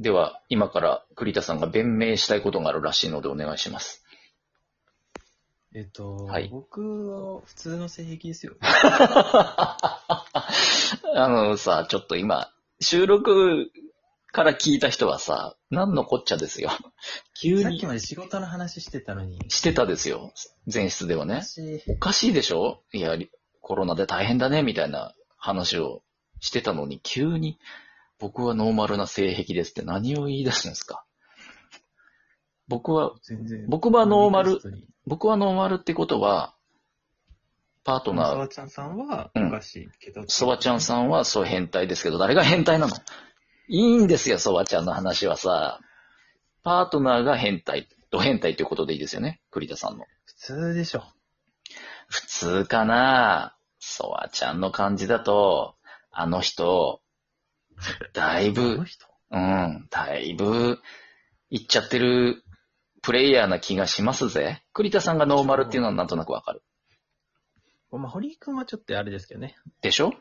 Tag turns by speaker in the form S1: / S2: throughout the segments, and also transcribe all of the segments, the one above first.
S1: では、今から栗田さんが弁明したいことがあるらしいのでお願いします。
S2: えっと、
S1: はい
S2: 僕は普通の性癖ですよ。
S1: あのさ、ちょっと今、収録から聞いた人はさ、何のこっちゃですよ。 急
S2: さっき
S1: に
S2: まで仕事の話してたのに。
S1: してたですよ。前室ではね。
S2: 私、
S1: おかしいでしょいや、りコロナで大変だね、みたいな話をしてたのに、急に、僕はノーマルな性癖ですって何を言い出すんですか僕は、
S2: 全然。
S1: 僕はノーマ
S2: リ
S1: ル
S2: クエス、トに。
S1: 僕はノーマルってことは、パート
S2: まあ、そ
S1: ナー、
S2: わちゃんさんは
S1: うん
S2: おかしいけど。
S1: ソワちゃん
S2: ん。
S1: さんはそう変態ですけど、誰が変態なのいいんですよ、ソワちゃんの話はさ。パートナーが変態、ド変態ということでいいですよね、栗田さんの。
S2: 普通でしょ。
S1: 普通かなソワちゃんの感じだと、あの人、だい
S2: あの
S1: ぶ、
S2: 人。
S1: うん、だいぶ、いっちゃってるプレイヤーな気がしますぜ。栗田さんがノーマルっていうのはなんとなくわかる。
S2: まあ、堀井くんはちょっとあれですけどね。
S1: でしょ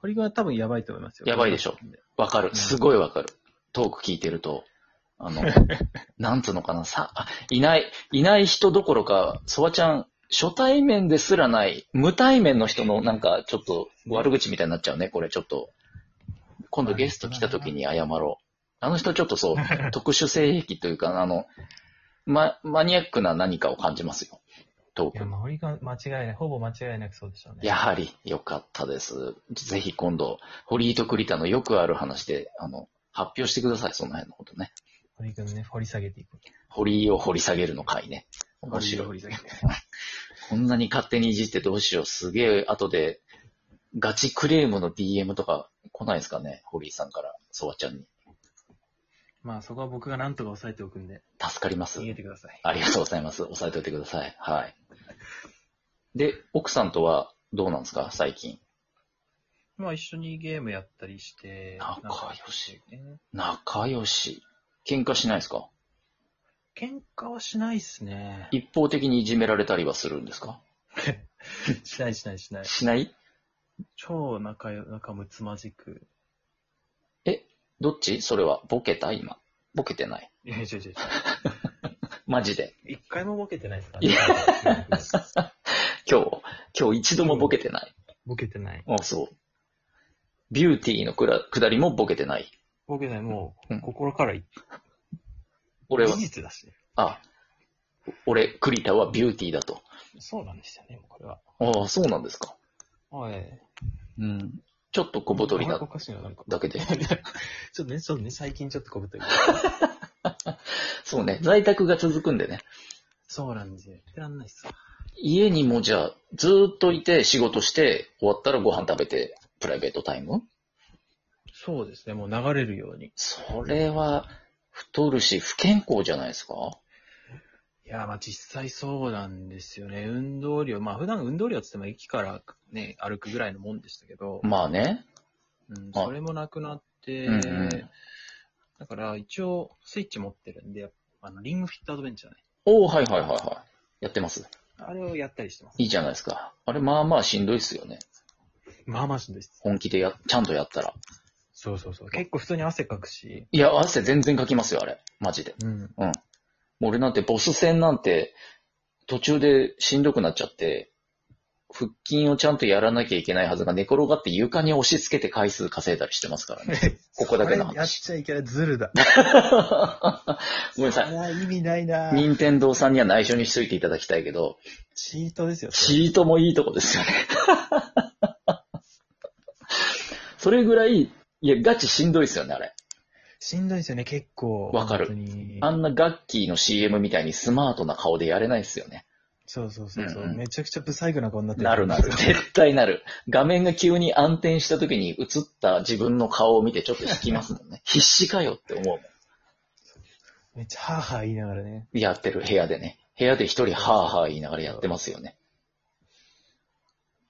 S2: 堀井くんは多分やばいと思いますよ。
S1: やばいでしょ。わかる。すごいわかる。トーク聞いてると、あの、なんつうのかな、さ、あ、いない、いない人どころか、ソワちゃん、初対面ですらない、無対面の人のなんか、ちょっと悪口みたいになっちゃうね、これちょっと。今度ゲスト来た時に謝ろう。あの人ちょっとそう、特殊性癖というか、あの、ま、マニアックな何かを感じますよ。ト
S3: い
S1: ー
S3: や、
S1: ク。
S3: まあ、堀川間違いない、ほぼ間違いなくそうでしたね。
S1: やはり良かったです。ぜひ今度、堀井と栗田のよくある話で、あの、発表してください、その辺のことね。
S3: 堀君ね、掘り下げていく。
S1: 堀井を掘り下げるの回ね。面白い。
S2: 堀井くんは
S1: こんなに勝手にいじってどうしよう。すげえ、後で、ガチクレームの DM とか来ないですかね堀井さんから、そばちゃんに。
S2: まあ、そこは僕がなんとか抑えておくんで、
S1: 助かります
S2: 逃。げてください。
S1: ありがとうございます。押さえておいてください。はい。で、奥さんとはどうなんですか最近。
S2: まあ、一緒にゲームやったりして、
S1: 仲良し
S2: なんかね。
S1: 仲良し。喧嘩しないですか
S2: 喧嘩はしないっすね。
S1: 一方的にいじめられたりはするんですか
S2: しないしないしない。
S1: しない
S2: 超仲よ、仲睦まじく。
S1: どっちそれは。ボケた今。ボケてない。
S2: いや、違う違う違う。
S1: マジで。
S2: 一回もボケてないですか
S1: い今日、今日一度もボケてない。
S2: ボケてない。
S1: あ、そう。ビューティーのくら、くだりもボケてない。
S2: ボケてない、も
S1: うん
S2: う、心から言って、
S1: 俺は
S2: 事、実だし。
S1: あ、俺、栗田はビューティーだと。
S2: そうなんですよね、これは。
S1: ああ、そうなんですか。
S2: はい。
S1: うん。ちょっと小太り
S2: なんか
S1: だ
S2: おかしいな、なんか。
S1: だけで。
S2: ちょっとね、ちょっとね、最近ちょっとこぶとり。
S1: そうね、在宅が続くんでね。
S2: そうなんですよ。やってらんないっすわ
S1: 家にもじゃあ、ずーっといて仕事して、終わったらご飯食べて、プライベートタイム
S2: そうですね、もう流れるように。
S1: それは、太るし、不健康じゃないですか
S2: いや、まあ実際そうなんですよね。運動量、まあ普段運動量って言っても駅からね、歩くぐらいのもんでしたけど、
S1: まあね。
S2: うん、
S1: あ
S2: それもなくなって、
S1: うんうん
S2: だから一応スイッチ持ってるんで、あのリングフィットアドベンチャーね。
S1: おおはいはいはいはい。やってます。
S2: あれをやったりしてます。
S1: いいじゃないですか。あれ、まあまあしんどいっすよね。
S2: まあまあしんどいです。
S1: 本気でや、ちゃんとやったら。
S2: そうそうそう。結構普通に汗かくし、
S1: いや、汗全然かきますよ、あれ。マジで。
S2: うん。
S1: もう俺なんてボス戦なんて、途中でしんどくなっちゃって、腹筋をちゃんとやらなきゃいけないはずが、寝転がって床に押し付けて回数稼いだりしてますからね。ここだけの
S2: それやっ
S1: 話。
S2: ちゃいけない、ずるだ。
S1: ごめんなさい。
S2: あ意味ないな
S1: 任天堂さんには内緒にしといていただきたいけど、
S2: チートですよ。それ
S1: チートもいいとこですよね。 それぐらい、いや、ガチしんどいですよね、あれ。
S2: しんどいですよね、結構。
S1: わかる
S2: 本当に
S1: あんなガッキーの CM みたいにスマートな顔でやれないですよね。
S2: そうそうそうそう、
S1: うんうん
S2: めちゃくちゃブサイクな顔になって
S1: なるなる。絶対なる。画面が急に暗転した時に映った自分の顔を見てちょっと引きますもんね。 必死かよって思うも
S2: めっちゃハーハー言いながらね。
S1: ん。やってる部屋でね。部屋で一人ハーハー言いながらやってますよね。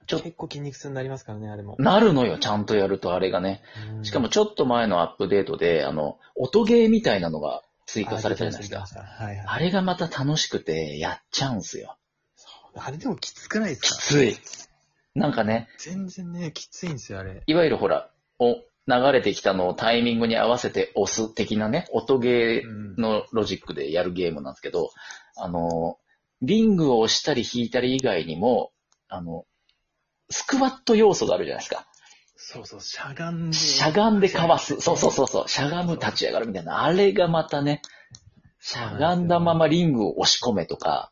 S1: ちょ
S2: 結構筋肉痛になりますからね、あれも。
S1: なるのよ、ちゃんとやるとあれがね。
S2: うん
S1: しかも、ちょっと前のアップデートで、あの、音ゲーみたいなのが追
S2: 追
S1: 加されたじゃないですか。
S2: はいはい。
S1: あれがまた楽しくて、やっちゃうんすよ。
S2: あれでもきつくないです
S1: き
S2: か
S1: つい。なんかね、
S2: 全然ね、きついんですよ、あれ。
S1: いわゆるほら、お流れてきたのをタイミングに合わせて押す的なね、音ゲ
S4: うん
S1: ーのロジックでやるゲームなんですけど、あの、リングを押したり引いたり以外にも、あの、スクワット要素があるじゃないですか。
S4: そうそう、しゃがんで。
S1: しゃがんでかわす。そうそうそうそう。しゃがむ立ち上がるみたいな。あれがまたね、しゃがんだままリングを押し込めとか、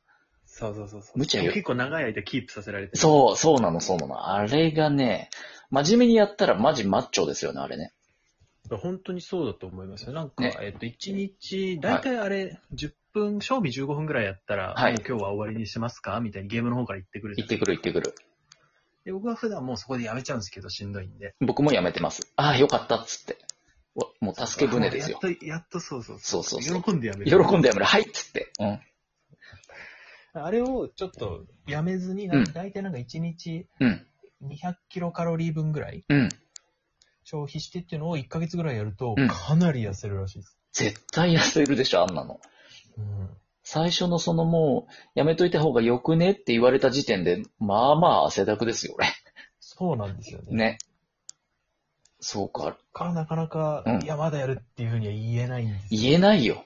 S4: そうそうそうそう。
S1: 無茶よ
S4: 結構長い間キープさせられてる。
S1: そう、そうなの、そうなの。あれがね、真面目にやったらマジマッチョですよね、あれね。
S4: 本当にそうだと思いますよ。なんか、
S1: ね
S4: えっと、1日、だいたいあれ、10分、賞味15分ぐらいやったら、
S1: はい
S4: もう今日は終わりにしますかみたいにゲームの方から言ってくるじゃん
S1: 行ってくる行ってくる。
S4: で僕は普段もうそこでやめちゃうんですけど、しんどいんで。
S1: 僕もやめてます。ああ、よかったっつって。わもう助け舟ですよ
S4: あ。やっと、やっとそうそう
S1: そうそうそう。
S4: 喜んでやめる。
S1: 喜んでやめる。はいっつって。うん。
S2: あれをちょっとやめずに、
S1: うん
S2: だいたいなんか1日
S1: うん。
S2: 200キロカロリー分ぐらい
S1: うん。
S2: 消費してっていうのを1ヶ月ぐらいやると
S1: うん、
S2: かなり痩せるらしいです。
S1: 絶対痩せるでしょ、あんなの。
S2: うん。
S1: 最初のそのもう、やめといた方がよくねって言われた時点で、まあまあ汗だくですよ、俺。
S2: そうなんですよね。
S1: ね。そうか。
S2: からなかなか、
S1: うん
S2: いや、まだやるっていうふうには言えないんですよ。
S1: 言えないよ。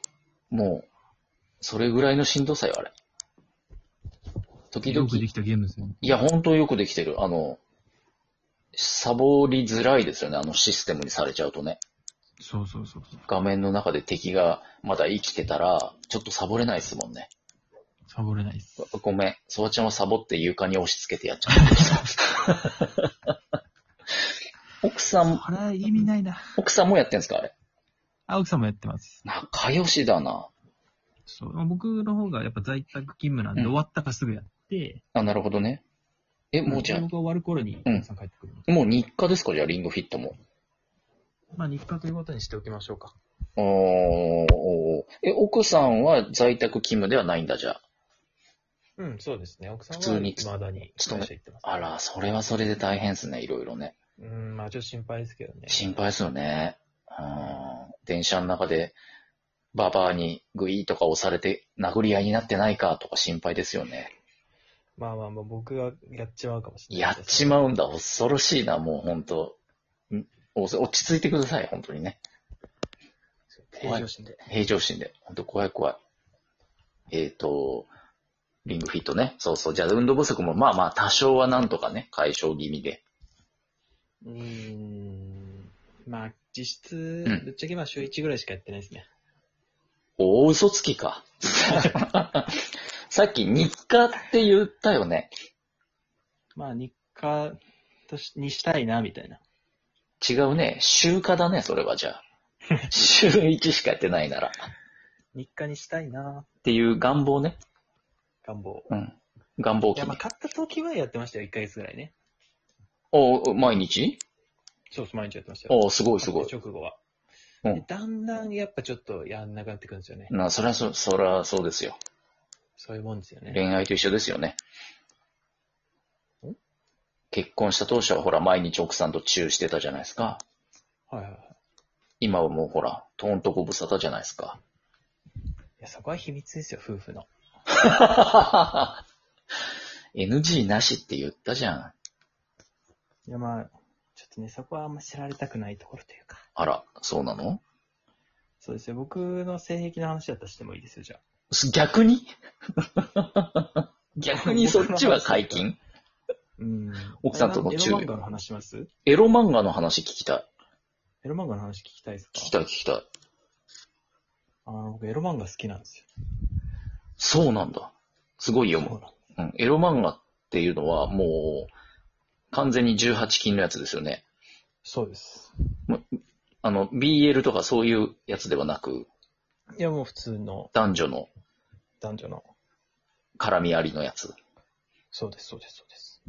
S1: もう、それぐらいのしんどさよ、あれ。時々、い
S4: きたゲームですもん。
S1: や、本当よくできてる。あの、サボりづらいですよね、あのシステムにされちゃうとね。
S4: そうそうそうそう。
S1: 画面の中で敵がまだ生きてたら、ちょっとサボれないですもんね。
S4: サボれないっす。
S1: ごごめん、ソワちゃんはサボって床に押し付けてやっちゃった。 奥さん、
S4: あれは意味ないな。
S1: 奥さんもやってんすかあれ。
S4: 青木さんもやってます。
S1: 仲良しだな。
S4: そう。僕の方がやっぱ在宅勤務なんで、
S1: うん
S4: 終わったかすぐやって、
S1: あ、なるほどね。え、もうじゃ
S4: 僕が終わる頃に、
S1: うん
S4: お客さん帰ってくるので
S1: あ、もう日課ですかじゃあ、リングフィットも。
S4: まあ、日課ということにしておきましょうか。
S1: おーおーえ、奥さんは在宅勤務ではないんだ、じゃあ。
S2: うん、そうですね。奥さん
S1: 普通に
S2: 未だに
S1: 勤め
S2: 行ってま
S1: あら、それはそれで大変ですね、いろいろね。
S2: うん、まあちょっと心配ですけどね
S1: 心配ですよね。うん。電車の中で、ババアにグイーとか押されて、殴り合いになってないかとか心配ですよね。
S2: まあまあまあ、僕がやっちまうかもし
S1: やっちまうんだ、恐ろしいな、もう本当んお落ち着いてください、本当にね。
S2: 平常心で。
S1: 平常心で。本当怖い怖い。えっ、と、リングフィットね。そうそう。じゃあ運動不足もまあまあ多少はなんとかね、解消気味で。
S2: うーん。まあ、実質
S1: うん、
S2: ぶっちゃけまあ週1ぐらいしかやってないですね。
S1: おお、嘘つき か。さっき日課って言ったよね。
S2: まあ、日課としにしたいな、みたいな。
S1: 違うね。週課だね、それは じゃあ。週1しかやってないなら。っ
S2: 日課にしたいな、
S1: ていう願望ね。
S2: 願望。
S1: うん。願望
S2: い
S1: 期
S2: や、ま
S1: ね
S2: あ、。買った時はやってましたよ、1ヶ月ぐらいね。
S1: おお毎日
S2: そうそう、毎日やってましたよ。
S1: おおすごいすごい。
S2: 直後は。
S1: うん
S2: でだんだんやっぱちょっとやんなくなってくるんですよね。
S1: な、そりゃそ、そりゃそうですよ。
S2: そういうもんですよね。
S1: 恋愛と一緒ですよね
S2: ん。
S1: 結婚した当初はほら、毎日奥さんとチューしてたじゃないですか。
S2: はいはいはい。
S1: 今はもうほら、とんとご無沙汰じゃないですか。
S2: いや、そこは秘密ですよ、夫婦の。
S1: NG なしって言ったじゃん。
S2: いや、まあ、ちょっとね、そこはあんま知られたくないところというか。
S1: あら、そうなの
S2: そうですよ。僕の性癖の話だったらしてもいいですよ、じゃあ。
S1: す逆 に逆にそっちは解禁
S2: うん。
S1: 奥さんとの
S2: あれ
S1: 注意
S2: エロ漫画の話します
S1: エロ漫画の話聞きたい。
S2: エロ漫画の話聞きたいですか
S1: 聞きたい聞きたい。
S2: あの、僕エロ漫画好きなんですよ。
S1: そうなんだ。すごいよ、
S2: そう
S1: も
S2: なん
S1: う。うん。エロ漫画っていうのはもう、完全に18禁のやつですよね。
S2: そうです。
S1: あの、BL とかそういうやつではなく、
S2: いや、もう普通の
S1: 男女の
S2: 男女の。
S1: 絡みありのやつ。
S2: そうです、そうです、そうです。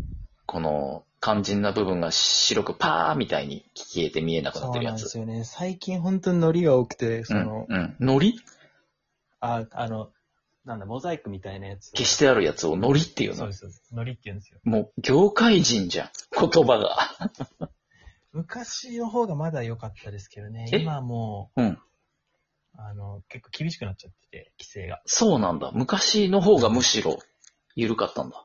S1: この、肝心な部分が白くパーみたいに消えて見えなくな
S2: そ
S1: って
S2: う
S1: る
S2: な
S1: や
S2: んで
S1: つ。
S2: すよね。最近本当にノリが多くて、その、
S1: うん。うん。ノリ
S2: あ、あの、なんだ、モザイクみたいなやつ。
S1: 消してあるやつをノリっていう
S2: そ
S1: の
S2: うで。す、そうです。ノリって言うんですよ。
S1: もう、業界人じゃん。言葉が。
S2: 昔の方がまだ良かったですけどね。
S1: え
S2: 今はも
S1: うん。
S2: う、あの、結構厳しくなっちゃってて、規制が。
S1: そうなんだ。昔の方がむしろ、緩かったんだ。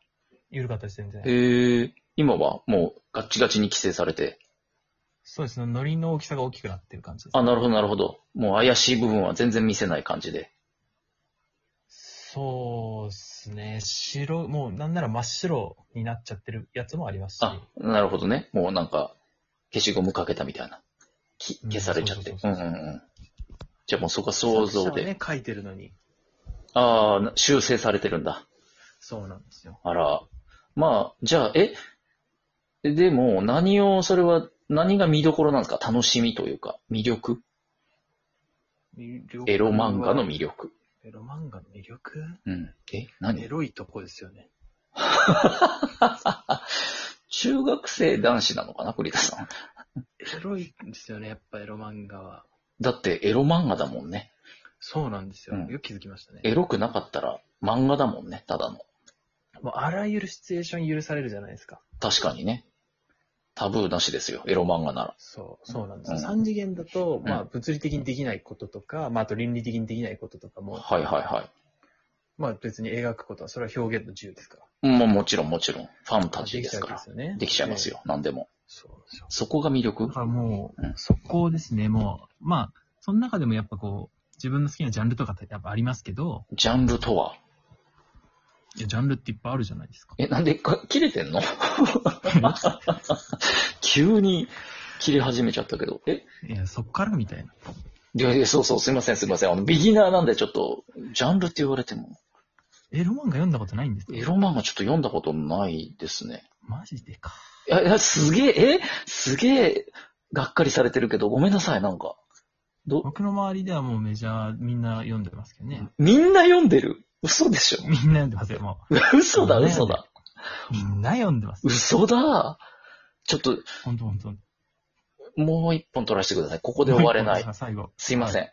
S2: 緩かったです、全然。
S1: へえ。今はもう、ガッチガチに規制されて。
S3: そうですね、ノリの大きさが大きくなってる感じです。
S1: あ、なるほど、なるほど。もう怪しい部分は全然見せない感じで。
S3: そうですね、白、もうなんなら真っ白になっちゃってるやつもありますし。
S1: あ、なるほどね。もうなんか、消しゴムかけたみたいな。き消されちゃって。
S3: うん
S1: う
S3: そう
S1: んうん
S3: そうそう
S1: うん。じゃあもうそこは想像
S2: 作者
S1: で。
S2: はね、書いてるのに。
S1: ああ、な修正されてるんだ。
S2: そうなんですよ。
S1: あら。まあ、じゃあ、え、でも、何を、それは、何が見どころなんですか楽しみというか、魅力エロ漫画の魅力。
S2: エロ漫画の魅力
S1: うん。え、
S2: エ
S1: 何
S2: ロいとこですよね。
S1: 中学生男子なのかな栗田さん。
S2: エロいんですよね、やっぱエロ漫画は。
S1: だって、エロ漫画だもんね。
S2: そうなんですよ。
S1: うん
S2: よく気づきましたね。
S1: エロくなかったら、漫画だもんね、ただの。
S2: もうあらゆるシチュエーション許されるじゃないですか。
S1: 確かにね。タブーなしですよ、エロ漫画なら。
S2: そう、そうなんですよ。
S1: うん
S2: 三次元だと、
S1: ん
S2: まあ、物理的にできないこととか、まあ、あと倫理的にできないこととかも、
S1: はいはいは
S2: まあ、別に描くことは、それは表現の自由ですから。
S1: い。もうもちろんもちろん、ファンタジー
S2: で
S1: で
S2: きち
S1: す
S2: ゃう
S1: か
S2: わけで
S1: ら。
S2: すよね。
S1: できちゃいます
S2: よ。
S1: よ、何でも。
S2: そうなんですよ。
S1: そこが魅力
S3: だからも
S1: うん
S3: う、そこですね、もう、まあ、その中でもやっぱこう、自分の好きなジャンルとかってやっぱありますけど、
S1: ジャンルとはい
S3: やジャンルっていっぱいあるじゃないですか。
S1: え、なんでか、切れてんの 急に切れ始めちゃったけど。え
S3: いや、そっからみたいな。
S1: いやいや、そうそう、すいません、すいません。あの、ビギナーなんでちょっと、ジャンルって言われても、
S3: エロ漫画読んだことないんですか
S1: エロ漫画ちょっと読んだことないですね。
S3: マジでか。
S1: いや、いやすげえ、えすげえ、がっかりされてるけど、ごめんなさい、なんか。ど、
S3: 僕の周りではもうメジャーみんな読んでますけどね。
S1: みんな読んでる嘘でしょ
S3: みんな読んでますよ、も
S1: 嘘だ、嘘だ。
S3: う。みんな読んで ます。
S1: 嘘だ。ちょっと、
S3: ほんとほんと。こ
S1: もう一本取らせてください。ここで終われない。
S3: 最後。
S1: すいません。